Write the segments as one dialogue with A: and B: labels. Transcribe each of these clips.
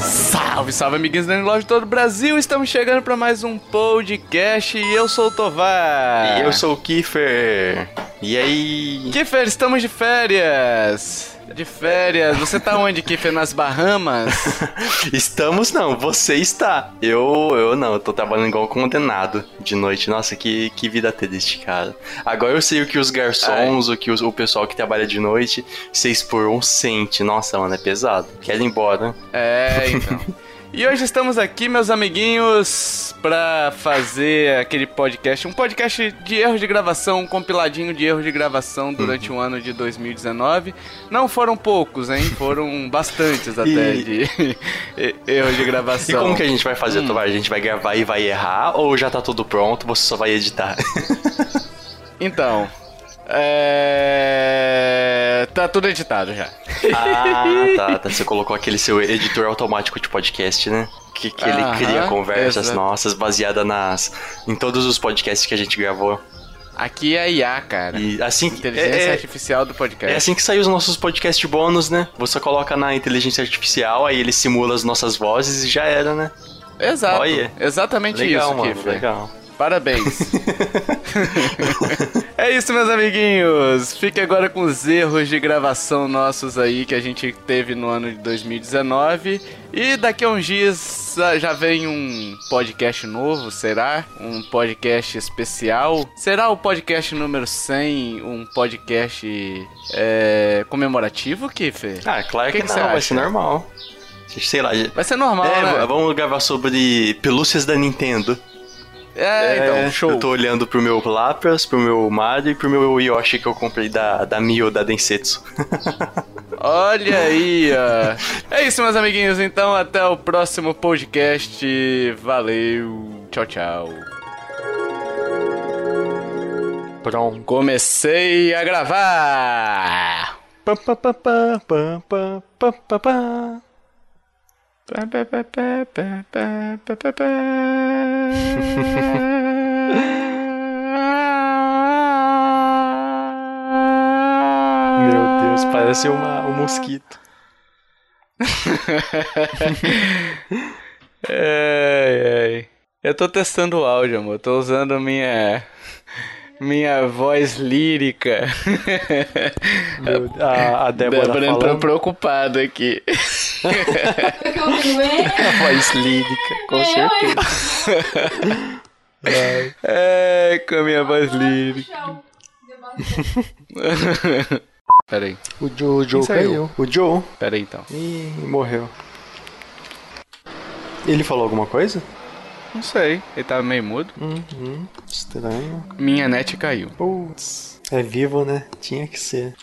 A: Salve, salve, amiguinhos da Nerd de todo o Brasil! Estamos chegando para mais um podcast e eu sou o Tovar.
B: E eu sou o Kiefer. E aí?
A: Kiffer, estamos de férias! De férias. Você tá onde, Kiffer? Nas Bahamas?
B: Estamos não, você está. Eu, eu não, eu tô trabalhando igual um condenado de noite. Nossa, que, que vida triste, cara. Agora eu sei o que os garçons, o que os- o pessoal que trabalha de noite, seis por um sente. Nossa, mano, é pesado. Quero ir embora.
A: É, então. E hoje estamos aqui, meus amiguinhos, pra fazer aquele podcast, um podcast de erros de gravação, um compiladinho de erros de gravação durante
B: Uhum.
A: o ano de 2019. Não foram poucos, hein? Foram bastantes até
B: E-
A: de e- erros de
B: E
A: gravação.
B: como que a gente vai fazer, Tovar? A gente vai gravar e vai errar? Ou já tá tudo pronto, você só vai editar?
A: Então, é... tá tudo editado já.
B: ah, tá, tá. Você colocou aquele seu editor automático de podcast, né? Que, que ele
A: Aham,
B: cria conversas
A: exato.
B: nossas baseada nas em todos os podcasts que a gente gravou.
A: Aqui é a IA, cara.
B: E assim que-
A: Inteligência
B: é, é,
A: Artificial do
B: é
A: podcast.
B: assim que saem os nossos podcast bônus, né? Você coloca na inteligência artificial, aí ele simula as nossas vozes e já era, né?
A: Exato.
B: Olha.
A: Exatamente
B: Legal,
A: isso,
B: mano,
A: Kiffer.
B: legal.
A: Parabéns. é isso, meus amiguinhos. Fique agora com os erros de gravação nossos aí que a gente teve no ano de 2019. E daqui a uns dias ah, já vem um podcast novo, será? Um podcast especial. Será o podcast número 100 um podcast é, comemorativo, Kiffer?
B: Ah, claro
A: Que
B: que,
A: que
B: não,
A: você
B: vai
A: acha?
B: ser normal. Sei lá. É,
A: Vai ser normal, né?
B: vamos gravar sobre pelúcias da Nintendo.
A: É, então,
B: Eu
A: show.
B: tô olhando pro meu Lapras, pro meu Mario e pro meu Yoshi que eu comprei da, da Mio, da Densetsu.
A: Olha aí, ó. É isso, meus amiguinhos. Então, até o próximo podcast. Valeu. Tchau, tchau.
B: Pronto.
A: Comecei a gravar.
B: Meu Deus, parece uma, um mosquito.
A: Ai, ai. Eu tô testando o áudio, amor. Tô usando minha. Minha voz lírica.
B: Meu- a, a Débora,
A: Débora entrou
B: falando
A: preocupada aqui.
C: que eu doei.
B: a voz lírica, com certeza. Vai.
A: É, com a minha voz lírica. Peraí,
B: O Joe, o Joe
A: Quem saiu?
B: caiu. O Joe
A: peraí então.
B: Ih, morreu. Ele falou alguma coisa?
A: Não sei, ele tava meio mudo.
B: Uhum. Estranho.
A: Minha net caiu.
B: Putz. É vivo, né? Tinha que ser.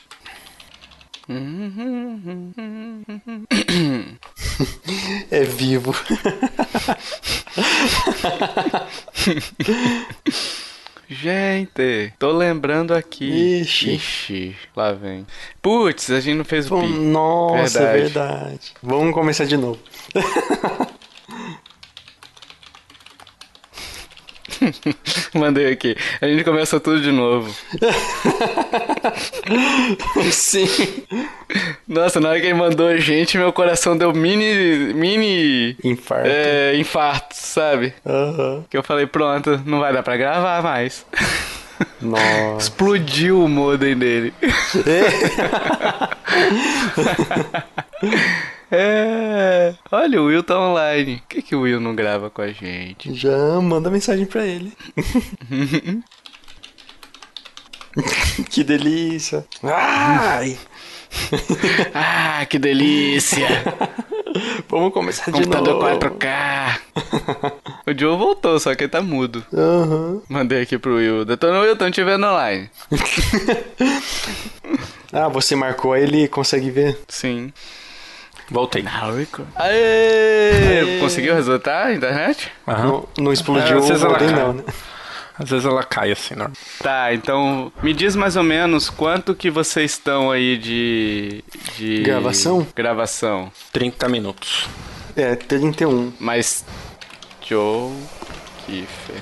B: É vivo.
A: Gente, tô lembrando aqui.
B: Ixi.
A: Ixi, lá vem. Putz, a gente não fez o
B: Pô,
A: pi.
B: Nossa,
A: Verdade.
B: verdade. verdade. Vamos começar de novo.
A: Mandei aqui. A gente começa tudo de novo.
B: Sim.
A: Nossa, na hora que ele mandou gente, meu coração deu mini. mini.
B: Infarto.
A: É, infarto, sabe?
B: Aham.
A: Que eu falei, pronto, não vai dar pra gravar mais.
B: Nossa.
A: Explodiu o modem dele. É. Olha, o Will tá online. Por que, que o Will não grava com a gente?
B: Já manda mensagem pra ele. que delícia. Ai.
A: Ah, que delícia!
B: Vamos começar de
A: Computador
B: novo.
A: 4K! o Joe voltou, só que ele tá mudo.
B: Aham.
A: Mandei aqui pro Will. Detona Will, tão te vendo online.
B: Ah, você marcou, aí ele consegue ver.
A: Sim.
D: Voltei.
A: Aê! Conseguiu resultar, internet?
D: Aham.
B: Não, não
A: Ah,
B: explodiu
D: É,
B: o
D: vocês
B: modem,
D: alacaram.
B: não, né?
D: Às vezes ela cai assim, normal.
A: Tá, então me diz mais ou menos quanto que vocês estão aí de. de-
B: Gravação?
A: Gravação.
D: 30 minutos.
B: É, 31.
A: Mas. Joe. Kiffer.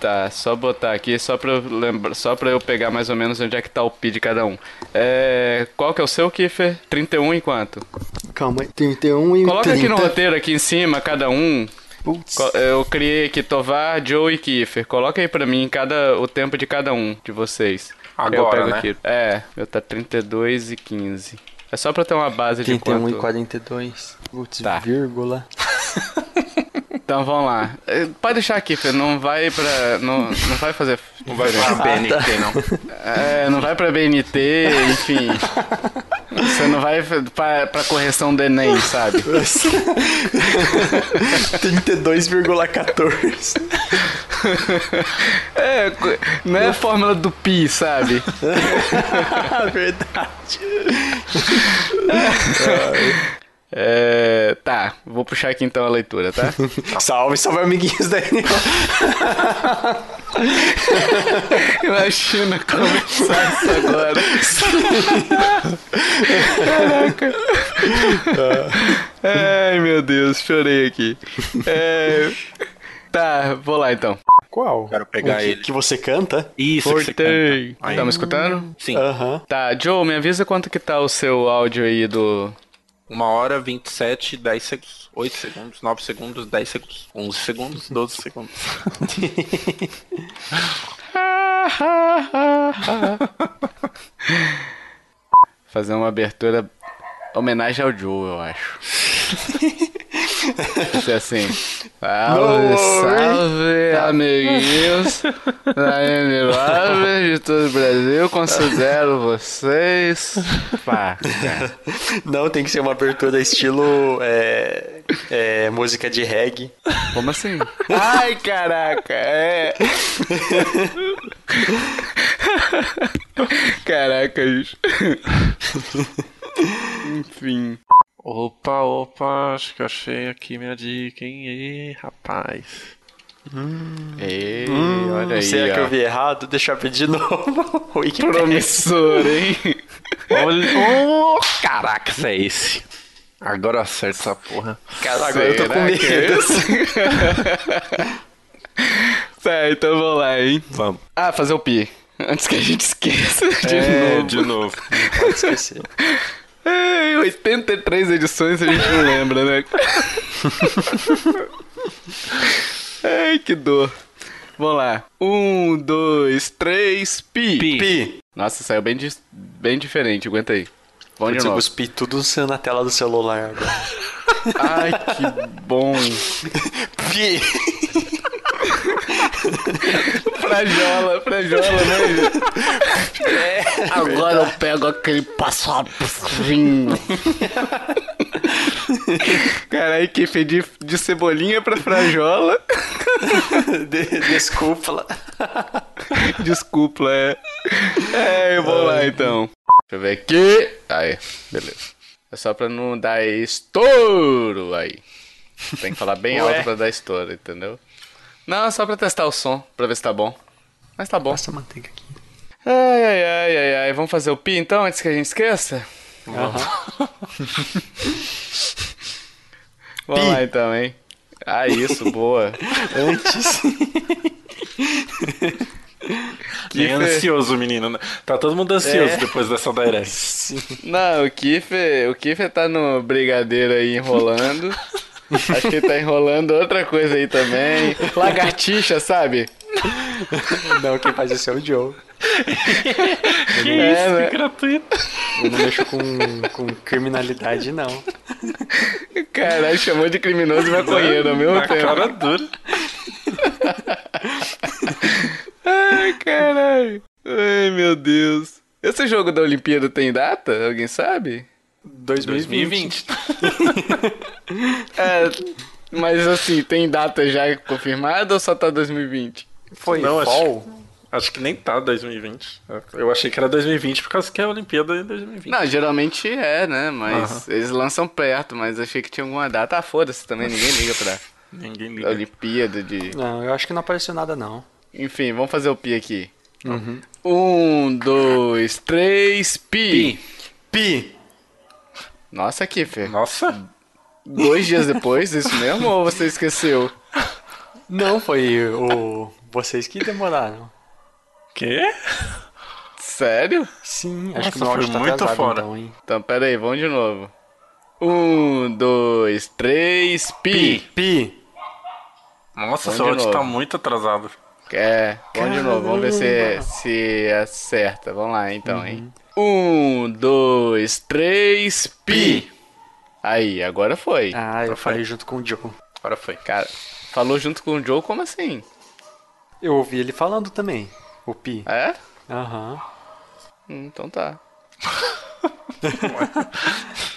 A: Tá, só botar aqui, só pra, eu lembra, só pra eu pegar mais ou menos onde é que tá o pi de cada um. É, qual que é o seu, Kiffer? 31 e quanto?
B: Calma aí. 31 e
A: Coloca
B: 30.
A: aqui no roteiro, aqui em cima, cada um.
B: Putz.
A: Co- Eu criei aqui Tovar, Joe e Kiefer. Coloca aí pra mim cada, o tempo de cada um de vocês.
D: Agora,
A: eu pego
D: né?
A: aqui. É, eu tá 32 e 15. É só pra ter uma base de
B: 31
A: quanto...
B: e 42. Putz,
A: Tá.
B: vírgula.
A: Então vamos lá. É, Pode deixar, Kiefer, não vai pra... Não, não vai fazer...
D: Não vai falar BNT,
B: Ah, tá.
D: não.
A: É, não vai pra BNT, enfim... Você não vai pra, pra correção do Enem, sabe?
B: 32,14.
D: né?
A: É, co- não é a fórmula do pi, sabe?
B: Ah, verdade.
A: É, tá, vou puxar aqui então a leitura, tá?
B: Salve, salve, amiguinhos da NL.
A: Imagina começar isso agora. Caraca. Ah. Ai, meu Deus, chorei aqui. É, Tá, vou lá então.
B: Qual?
D: Quero pegar
B: O que,
D: ele.
B: Que você canta?
D: Isso, que você
A: Voltei.
D: canta. Aí. Ah.
A: Tá me escutando?
D: Sim.
B: Aham.
A: Tá, Joe, me avisa quanto que tá o seu áudio aí do...
D: Uma hora, 27, 10 segundos, 8 segundos, 9 segundos, 10 segundos, 11 segundos, 12 segundos.
A: Fazer uma abertura homenagem ao Joe, eu acho. Isso é assim. Salve, salve, amiguinhos da MLB de todo o Brasil. Considero vocês. Pá, cara.
B: Não, tem que ser uma abertura estilo é, é, música de reggae.
A: Como assim? Ai, caraca, é. Caraca, bicho. Enfim.
E: Opa, opa, acho que eu achei aqui minha dica, hein? Ih, rapaz.
A: Hum.
E: Hum,
A: Ei, olha aí.
B: Será é que
A: ó.
B: eu vi errado? Deixa eu abrir de novo. Oi, que
E: é
A: Promissor, hein?
E: Olha. Ô, caraca, isso é esse. Agora eu acerto essa porra.
B: cara, agora eu tô com medo.
E: é?
A: é assim. tá, então vamos lá, hein?
D: Vamos.
A: Ah, fazer o pi. Antes que a gente esqueça É, de
E: É,
A: novo.
D: de novo.
B: Pode esquecer.
A: Ai, 83 edições a gente não lembra, né? Ai, que dor. Vamos lá. Um, dois, três, pi.
E: Pi.
B: Pi.
A: Nossa, saiu bem, dis- bem diferente, aguenta aí. Vamos de
B: Putz, eu
A: novo.
B: cuspi tudo na tela do celular. agora.
A: Ai, que bom.
B: Pi.
A: Frajola, frajola, né? Agora eu pego aquele passo rapidinho. Caralho, que fez de, de cebolinha pra frajola.
B: De- desculpa.
A: Desculpa, é. É, vou lá então. Deixa eu ver aqui. Aí, beleza. É só pra não dar estouro aí. Tem que falar bem
B: Ué.
A: alto pra dar estouro, entendeu? Não, é só pra testar o som, pra ver se tá bom. Mas tá bom.
B: Essa manteiga aqui.
A: Ai, ai, ai, ai, ai. Vamos fazer o pi então, antes que a gente esqueça? Vamos
B: Pi.
A: lá então, hein? Ah, isso, boa.
B: Antes.
D: Bem
A: fe-
D: ansioso, menino. né? Tá todo mundo ansioso
B: É.
D: depois dessa direct.
B: Sim.
A: Não, o Kiffer, o Kiffer tá no brigadeiro aí enrolando. Acho que ele tá enrolando outra coisa aí também. Lagartixa, sabe?
B: Não, quem faz isso é o Joe.
D: Que
A: É,
D: isso,
A: né?
D: que gratuito.
B: Eu não mexo com, com criminalidade, não.
A: Caralho, chamou de criminoso e maconheiro ao mesmo
D: Na
A: tempo.
D: cara dura.
A: Ai, caralho. Ai, meu Deus. Esse jogo da Olimpíada tem data? Alguém sabe?
B: 2020.
D: 2020.
A: É, mas assim, tem data já confirmada ou só tá 2020?
B: Foi
D: Não, acho-
B: fall?
D: Acho que nem tá 2020. Eu achei que era 2020 por causa que a Olimpíada é 2020.
A: Não, geralmente é, né? Mas eles lançam perto, mas achei que tinha alguma data. Ah, foda-se também, ninguém liga pra
D: Ninguém liga.
A: Olimpíada de.
B: Não, eu acho que não apareceu nada, não.
A: Enfim, vamos fazer o pi aqui. Um, dois, três, pi.
B: Pi!
A: Nossa, aqui, Fer.
D: Nossa,
A: Dois dias depois, isso mesmo? ou você esqueceu?
B: Não foi o. Vocês que demoraram.
D: quê?
A: Sério?
B: Sim, acho que o meu
D: Nossa, foi
B: áudio tá
D: muito
B: atrasado,
D: fora.
B: então, hein?
A: Então, pera aí, vamos de novo. Um, dois, três, pi.
B: Pi!
D: Nossa,
A: Vamos
D: seu
A: de
D: áudio
A: novo.
D: tá muito atrasado.
A: É, vamos de novo, vamos ver se, é, se acerta. Vamos lá então, hein? Um, dois, três, pi! Aí, agora foi.
B: Ah,
D: Tá
B: eu falei junto com o Joe.
D: Agora foi.
A: Cara, falou junto com o Joe, como assim?
B: Eu ouvi ele falando também, o Pi.
A: É?
B: Aham.
A: Hum, Então tá.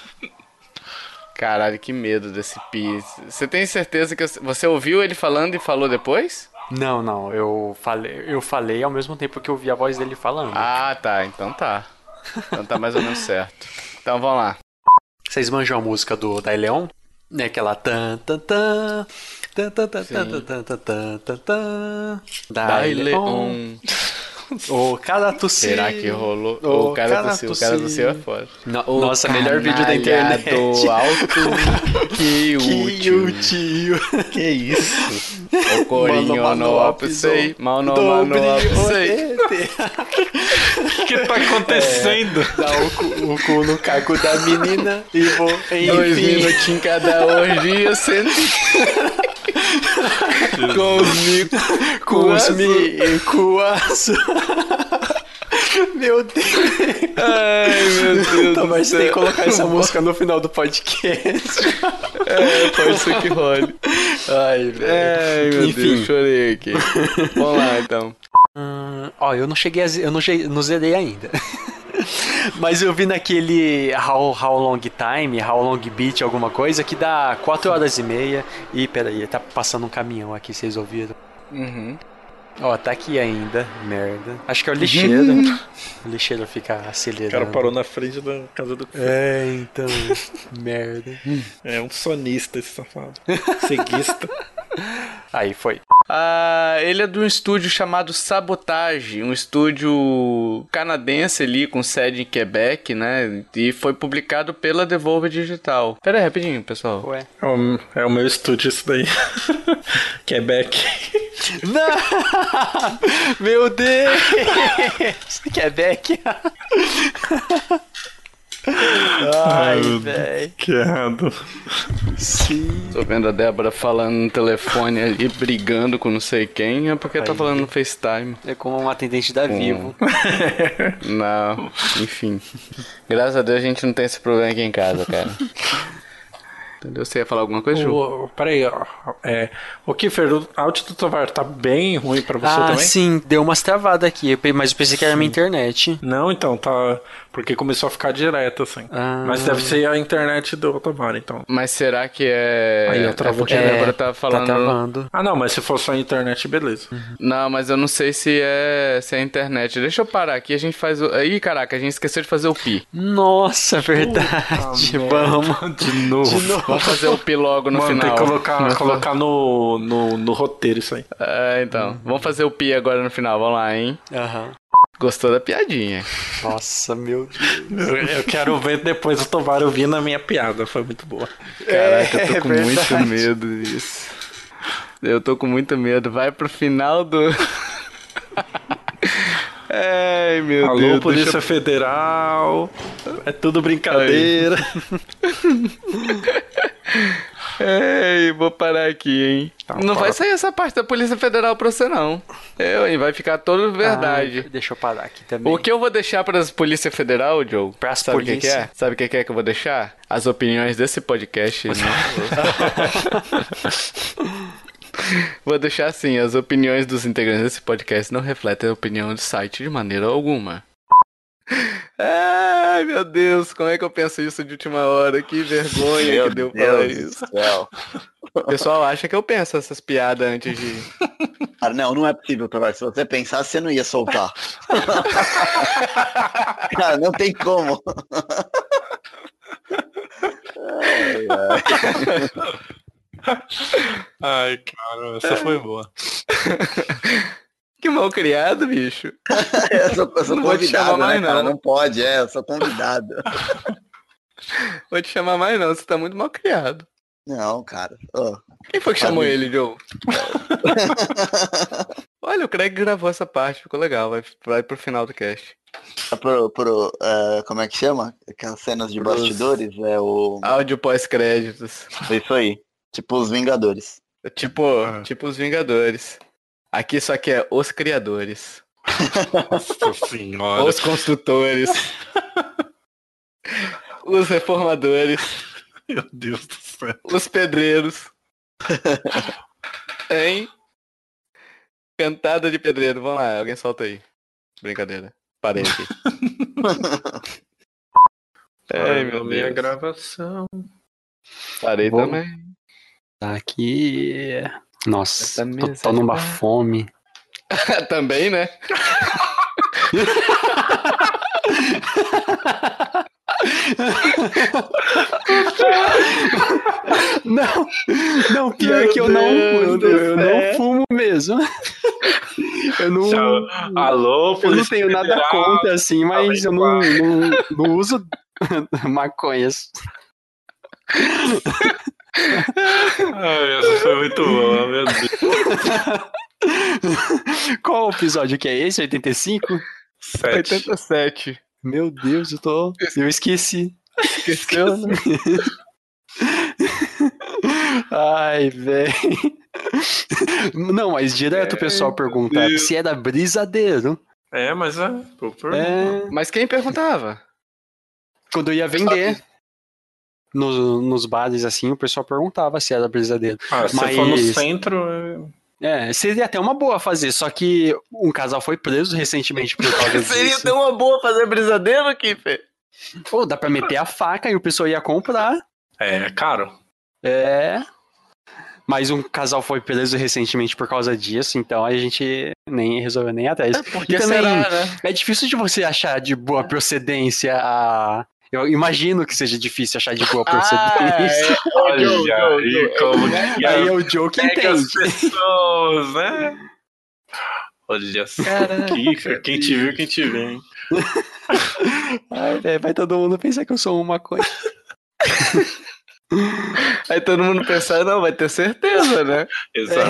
A: Caralho, que medo desse pi. Você tem certeza que você ouviu ele falando e falou depois?
B: Não, não, eu falei, eu falei ao mesmo tempo que eu ouvi a voz dele falando.
A: Ah, tá, então tá. Então tá mais ou menos certo. Então vamos lá.
B: Vocês manjam a música do Dai Leon? Né, aquela tan tan tan tan tan tan tan tan tan tan tan tan Dai Leon. O cara tossiu.
A: Será que rolou?
B: Ô,
A: o cara,
B: cara
A: tossiu, o cara
B: tossiu.
A: tossiu é foda.
B: No- Nossa, melhor vídeo da internet.
A: Do alto que
B: Que
A: útil.
B: útil.
A: Que isso? O corinho
B: Mano,
A: no
B: mano,
A: opsei,
B: do-
A: mal no mano
B: Dobre
A: opsei.
B: o dente.
D: O que tá acontecendo?
B: Dá o cu, o cu no caco da menina e vou,
A: Dois
B: enfim.
A: minutinhos em cada orgia, sendo com os mico,
B: Com os
A: azul.
B: micuaço. Meu Deus.
A: Ai, meu Deus
B: Então,
A: do
B: mas tem que
A: céu.
B: colocar essa música no final do podcast.
A: É, pode ser que role.
B: Ai, velho.
A: Ai, meu
B: Enfim.
A: Deus, chorei aqui. Vamos lá, então.
B: Hum, ó, eu não cheguei a, ze- eu não, che- não zerei ainda. Mas eu vi naquele how, how Long Time, How Long Beat, alguma coisa, que dá 4 horas e meia. Ih, peraí, tá passando um caminhão aqui, vocês ouviram?
A: Uhum.
B: Ó, tá aqui ainda, merda. Acho que é o lixeiro. o lixeiro fica acelerando.
D: O cara parou na frente da casa do.
B: É, então, merda.
D: É um sonista esse safado. Seguista.
B: Aí foi.
A: Ah, ele é de um estúdio chamado Sabotage, um estúdio canadense ali com sede em Quebec, né? E foi publicado pela Devolver Digital. Pera aí, rapidinho, pessoal.
B: Ué.
D: É o, é o meu estúdio isso daí. é Quebec.
B: Não! Meu Deus! é Quebec! Ai, velho.
D: Que errado.
B: Sim.
A: Tô vendo a Débora falando no telefone ali, brigando com não sei quem, é porque tá
B: Aí.
A: falando no FaceTime.
B: É como um atendente da Vivo.
A: Não, enfim. Graças a Deus a gente não tem esse problema aqui em casa, cara. Entendeu? Você ia falar alguma coisa, Ju?
D: O, peraí, ó. É, o Kiffer, o áudio do Tovar tá bem ruim pra você
B: Ah,
D: também?
B: sim, deu umas travadas aqui, eu pe- mas eu pensei que era minha internet.
D: Não, então, tá. Porque começou a ficar direto, assim.
B: Ah.
D: Mas deve ser a internet do Otamar, então.
A: Mas será que é.
D: Aí, eu
A: é
D: travou
A: porque
D: de
A: a
D: novo.
A: Débora tá falando.
B: Tá travando.
D: Ah, não, mas se for só a internet, beleza.
A: Não, mas eu não sei se é, se é internet. Deixa eu parar aqui, a gente faz o. Ih, caraca, a gente esqueceu de fazer o pi.
B: Nossa, é verdade. Vamos.
D: De novo.
A: Vamos fazer o pi logo no
D: Mano, tem
A: final.
D: que colocar, colocar no, no, no roteiro isso aí.
A: É, então. Vamos fazer o pi agora no final, vamos lá, hein?
B: Aham.
A: Gostou da piadinha?
B: Nossa, meu Deus.
D: Eu, eu quero ver depois o Tovar ouvindo a minha piada, foi muito boa.
A: Caraca, eu tô
B: é
A: com
B: verdade.
A: muito medo disso. Eu tô com muito medo. Vai pro final do. Ai, meu
D: Alô,
A: Deus.
D: Polícia
A: deixa eu-
D: Federal. É tudo brincadeira.
A: Ei, vou parar aqui, hein?
B: Então
D: Tá,
A: não
D: para.
A: vai sair essa parte da Polícia Federal pra você, não. Eu, hein? Vai ficar todo verdade.
B: Ah, deixa eu parar aqui também.
A: O que eu vou deixar para as Polícia Federal, Joe?
B: Pras
A: Sabe o que que,
B: polícia.
A: é? Sabe o que, que é que eu vou deixar? As opiniões desse podcast. né? vou deixar assim: as opiniões dos integrantes desse podcast não refletem a opinião do site de maneira alguma. Ai, meu Deus, como é que eu penso isso de última hora? Que vergonha que deu pra falar isso. O pessoal acha que eu penso essas piadas antes de.
F: Cara, não, não é possível, Tovar. Se você pensasse, você não ia soltar. Cara, não tem como.
D: Ai, cara, essa foi boa.
A: Que mal criado, bicho.
F: Eu sou, eu sou
A: Não vou te
F: convidado,
A: chamar
F: né,
A: mais,
F: cara?
A: não.
F: Não pode, é, eu sou convidado.
A: Vou te chamar mais não, você tá muito mal criado.
F: Não, cara. Ô,
A: Quem foi que chamou
F: Sabe.
A: ele, Joe? Olha, o Craig gravou essa parte, ficou legal. Vai, vai pro final do cast.
F: é pro, pro, é, como é que chama? Aquelas cenas de
A: Pros-
F: bastidores, é o...
A: Áudio pós-créditos.
F: É isso aí. Tipo os Vingadores.
A: Tipo,
D: Ah.
A: tipo os Vingadores. Aqui só que é os criadores.
D: Nossa senhora.
A: Os construtores. os reformadores.
D: Meu Deus do céu.
A: Os pedreiros. hein? Cantada de pedreiro. Vamos lá, alguém solta aí. Brincadeira. Parei aqui. Ai, meu
D: minha
A: Deus.
D: gravação.
A: Parei
B: Vou-
A: também.
B: Tá aqui. Nossa,
A: Essa
B: tô,
A: mesa
B: tô
A: de
B: numa
A: bar-
B: fome.
A: também, né?
B: Não, não, pior é
A: Meu
B: que eu não,
A: Deus É. do
B: eu não
A: céu.
B: fumo mesmo. Eu não,
A: Uh.
D: Tchau. Alô,
B: eu não
D: polícia
B: tenho nada
D: Federal.
B: contra, assim, mas
D: Além
B: eu não, não, não uso maconhas.
D: Ai, essa foi muito boa, meu Deus.
B: Qual episódio que é esse? 85?
D: Sete.
A: 87.
B: Meu Deus, eu tô. Eu esqueci.
A: Esqueceu, né?
B: Ai, velho. Não, mas
A: É,
B: direto o pessoal pergunta
D: Deus.
B: se era brisadeiro.
D: É, mas é. Por, por...
B: É,
A: Mas quem perguntava?
B: quando eu ia vender. Nos, nos bares, assim, o pessoal perguntava se era brisadeiro.
D: Ah, se for no
B: Mas-
D: centro. é-
B: É, seria até uma boa fazer, só que um casal foi preso recentemente por causa disso.
A: uma boa fazer brisadeiro aqui, Fê.
B: Pô, dá pra meter a faca e o pessoal ia comprar.
D: É, caro.
B: É. Mas um casal foi preso recentemente por causa disso, então a gente nem resolveu nem ir atrás.
A: Porque
B: E também-
A: será, né?
B: É difícil de você achar de
A: É.
B: boa procedência a. Eu imagino que seja difícil achar de
A: Ah, é,
B: boa procedência.
D: Olha
A: Joe, Joe,
D: aí
A: Joe.
D: como que
A: né?
B: e aí é o Joe que
D: pega
B: entende.
D: as pessoas, né? Olha só. Que- Quem te viu, quem te vê, hein?
B: Ai, velho, vai todo mundo pensar que eu sou uma coisa.
A: Aí todo mundo pensar, não, vai ter certeza, né?
D: Exato.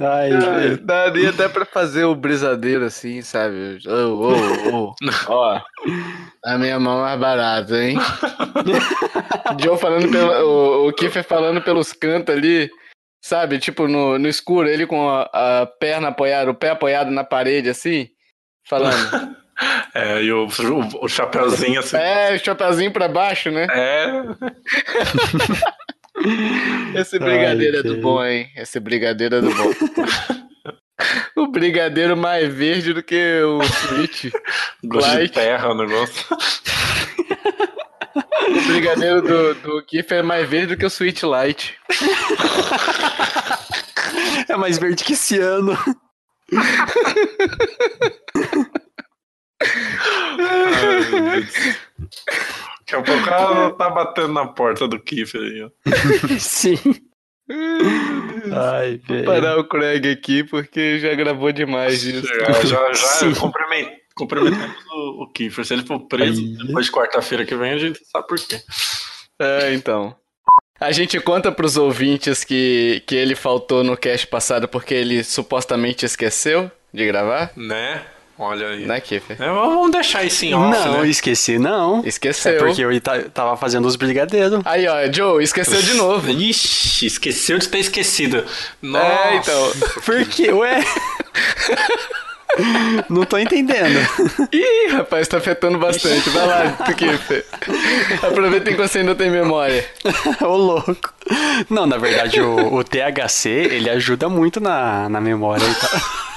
B: Ai, velho.
A: Daria até pra fazer o brisadeiro assim, sabe? Ô, ô, ô. Ó. A minha mão é mais barata, hein? Joe falando pelo. O, o Kiefer falando pelos cantos ali. Sabe, tipo, no, no escuro, ele com a, a perna apoiada, o pé apoiado na parede, assim, falando.
D: É, e o, o, o chapeuzinho assim.
A: É, chapeuzinho pra baixo, né?
D: É.
A: Esse brigadeiro é do
B: gente.
A: bom, hein? Esse brigadeiro é do bom. o brigadeiro mais verde do que o Switch.
D: Gosto
A: Light.
D: de terra o negócio.
A: O brigadeiro do, do Kiffer é mais verde do que o Switch Light.
B: É mais verde que esse ano.
D: Daqui a pouco ela tá batendo na porta do Kiff aí, ó.
B: Sim. Ai, velho.
A: Parar o Craig aqui porque já gravou demais isso.
D: Já, já,
B: Sim.
D: já cumprimen- cumprimentamos o, o Kiefer. Se ele for preso
B: Aí.
D: depois de quarta-feira que vem, a gente sabe por quê.
A: É, então. A gente conta pros ouvintes que, que ele faltou no cast passado porque ele supostamente esqueceu de gravar,
D: Né? Olha aí.
A: né, Kiffer?
D: É, vamos deixar isso em off,
B: Não,
D: né?
B: esqueci, não.
A: Esqueceu.
B: É porque eu ta- tava fazendo os brigadeiros.
A: Aí, ó, Joe, esqueceu de novo.
D: Ixi, esqueceu de ter esquecido. Nossa.
A: É, então.
B: Por quê? Ué? Não tô entendendo.
A: Ih, rapaz, tá afetando bastante. Vai lá, Kiffer. Aproveita enquanto você ainda tem memória.
B: Ô, louco. Não, na verdade, o, o THC, ele ajuda muito na, então. na memória. e tal.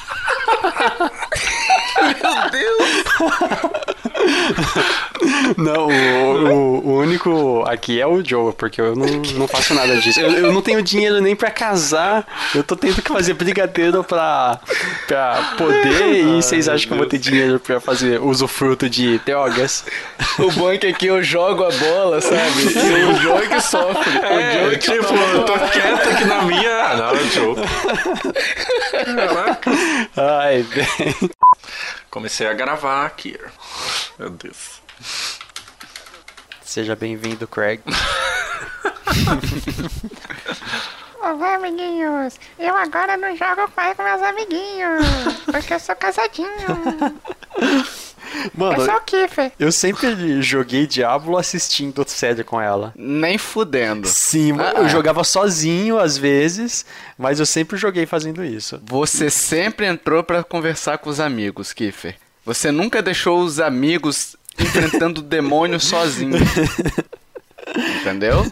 B: Não, o, o- o único aqui é o Joe, porque eu não, não faço nada disso. Eu, eu não tenho dinheiro nem pra casar. Eu tô tendo que fazer brigadeiro pra, pra poder. E vocês acham que eu vou ter dinheiro pra fazer usufruto de drogas?
A: O bom é que aqui eu jogo a bola, sabe? E o Joe é que sofre. o Joe é que
D: tipo, eu tô quieto aqui na minha. Ah, não, Joe.
A: é?
D: Caraca.
B: Ai, bem.
D: Comecei a gravar aqui. Meu Deus.
B: Seja bem-vindo, Craig.
G: Olá, amiguinhos! Eu agora não jogo mais com meus amiguinhos, porque eu sou casadinho. Eu
A: É
B: Mano,
G: sou o Kiffer.
B: eu sempre joguei Diablo assistindo série com ela.
A: Nem fudendo.
B: Sim,
A: Ah,
B: eu
A: ah.
B: jogava sozinho às vezes, mas eu sempre joguei fazendo isso.
A: Você sempre entrou pra conversar com os amigos, Kiffer. Você nunca deixou os amigos enfrentando o demônio sozinho. Entendeu?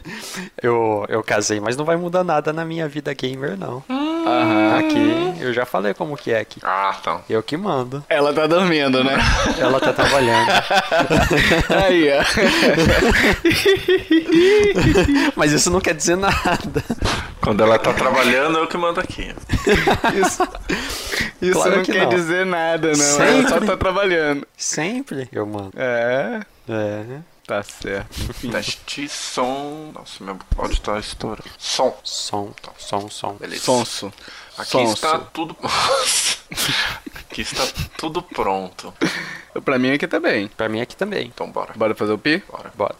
B: Eu, eu casei, mas não vai mudar nada na minha vida gamer, não.
A: Aham.
B: Aqui, eu já falei como que é aqui.
D: Ah, então.
B: Eu que mando.
A: Ela tá dormindo, né?
B: Ela tá trabalhando.
A: Aí, ó.
B: mas isso não quer dizer nada.
D: Quando ela tá trabalhando, eu que mando aqui.
A: Isso, isso
B: Claro
A: não
B: que
A: quer
B: não.
A: dizer nada, não. Ela só
B: Sempre.
A: tá trabalhando.
B: Sempre eu mando.
A: É,
B: É.
A: tá certo.
D: Teste som. Nossa, meu áudio tá estourando. Som.
B: Som, som, som.
D: Beleza.
A: Sonso.
D: Aqui
A: Sonso.
D: está tudo. Aqui está tudo pronto.
A: Pra mim aqui também.
B: Pra mim é aqui também.
D: Então bora.
A: Bora fazer o pi?
B: Bora.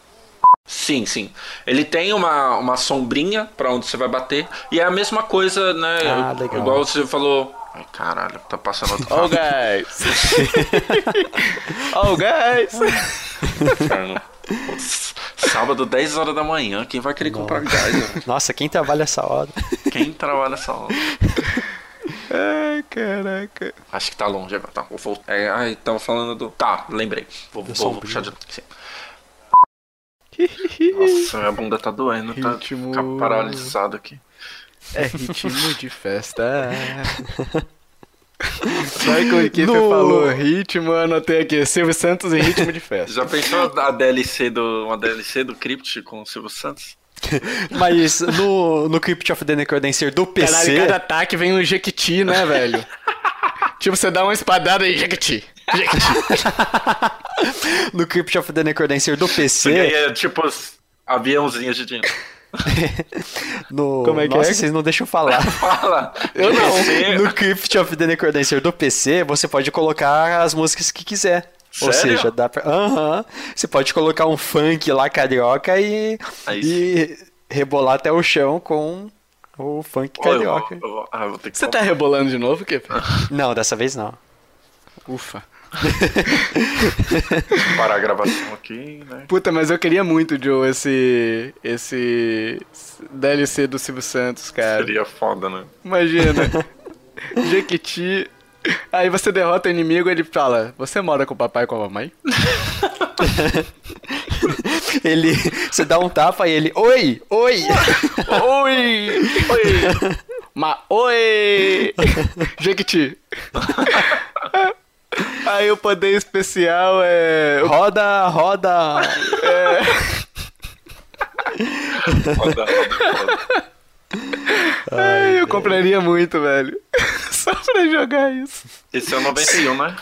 D: Sim, sim. Ele tem uma, uma sombrinha pra onde você vai bater. E é a mesma coisa, né?
B: Ah, legal.
D: Igual você falou. Ai, caralho, tá passando outro
A: Oh,
D: carro.
A: guys! oh, guys!
D: inferno. Putz, Sábado, 10 horas da manhã. Quem vai querer comprar gás? velho?
B: Nossa, quem trabalha essa hora?
D: Quem trabalha essa hora?
A: Ai, caraca.
D: Acho que tá longe agora. Tá, vou voltar. É, ai, tava falando do. Tá, lembrei. Vou, vou, vou puxar de. Sim. Nossa, minha bunda tá doendo, tá
A: Ritmo.
D: ficar paralisado aqui.
A: É ritmo de festa. Sabe como que
B: No-
A: você falou ritmo? Eu anotei aqui. Silvio Santos e ritmo de festa.
D: Já pensou a DLC do. Uma DLC do Crypt com o Silvio Santos?
B: Mas no, no Crypt of the Necrodancer do PC.
A: Caralho, cada ataque vem um jequiti, né, velho? tipo, você dá uma espadada e jequiti.
B: No Crypt of the Necrodancer do
D: Você
B: PC.
D: ganha, tipo, os aviãozinhos de dinheiro.
B: No...
A: Como é que
B: Nossa,
A: é?
B: vocês não deixam eu falar.
D: Fala! Tipo,
A: Eu não.
D: Você-
B: No Crypt of the Necrodancer do PC, você pode colocar as músicas que quiser. Ou
D: Sério?
B: seja, dá pra. Aham. Você pode colocar um funk lá carioca e.
A: É
D: Aí
B: e rebolar até o chão com o funk
D: Ô, eu vou-
B: carioca.
D: eu vou- ah, eu vou ter que
A: Você tá rebolando de novo, Kip?
B: Não, dessa vez não.
A: Ufa.
D: parar a gravação aqui, né?
A: Puta, mas eu queria muito, Joe, esse. esse. DLC do Silvio Santos, cara.
D: Seria foda, né?
A: Imagina. Jequiti. Aí você derrota o inimigo ele fala: Você mora com o papai e com a mamãe?
B: Ele. Você dá um tapa e ele. Oi! Oi!
A: oi! Oi! Ma oi! Jequiti. Aí o poder especial é.
B: Roda, roda!
D: Foda, foda, foda.
A: Ai, eu compraria muito, velho. Só pra jogar isso.
D: Esse é o 91, né?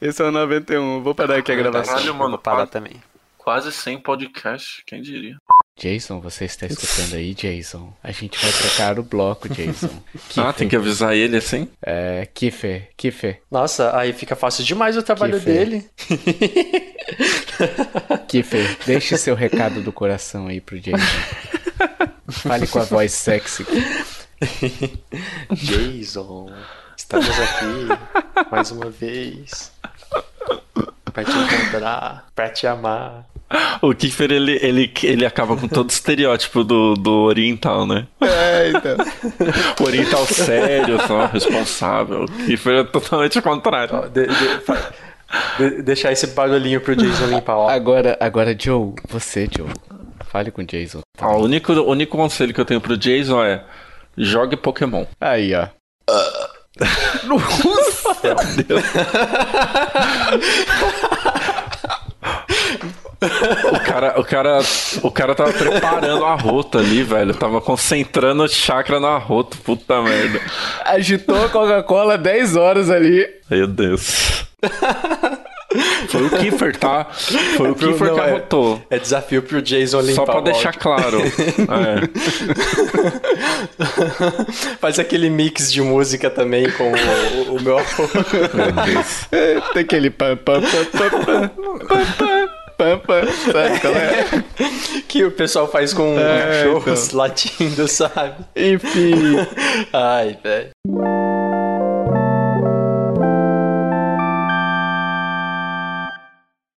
A: Esse é o 91. Vou parar aqui a gravação.
D: Caralho, mano,
B: Vou parar
D: quase-
B: também.
D: quase 100 podcast, quem diria?
A: Jason, você está escutando aí, Jason? A gente vai trocar o bloco, Jason.
D: Ah, tem que avisar ele assim?
A: É, Kiffer, Kiffer,
B: Nossa, aí fica fácil demais o trabalho
A: Que feio. Kiffer, deixe seu recado do coração aí pro Jason. Fale com a voz sexy.
B: Jason, estamos aqui mais uma vez pra te encontrar, pra te amar.
D: O Kiffer, ele, ele, ele acaba com todo o estereótipo do, do oriental, né?
A: É, então.
D: O oriental sério, só responsável. O Kiffer é totalmente o contrário.
B: deixar esse barulhinho pro Jason limpar, ó.
A: Agora, agora, Joe, você, Joe. Fale com o Jason.
D: Ah, o único, o único conselho que eu tenho pro Jason é jogue Pokémon.
A: Aí, ó.
D: O cara, o cara, o cara tava preparando a rota ali, velho. Tava concentrando o chakra na rota, puta merda.
A: Agitou a Coca-Cola 10 horas ali.
D: Meu Deus. Foi o Kiefer, tá? Foi o Kiefer
B: Não,
D: que
B: é-
D: arrotou.
B: É desafio pro Jason limpar
D: Só pra
B: o balde.
D: deixar claro. É.
B: Faz aquele mix de música também com o, o- o meu avô.
A: Tem aquele pam pam pam pam pam pam pam pam pam. Sabe qual é?
B: que o pessoal faz com
A: É,
B: então. cachorros latindo, sabe?
A: Enfim.
B: Ai, velho.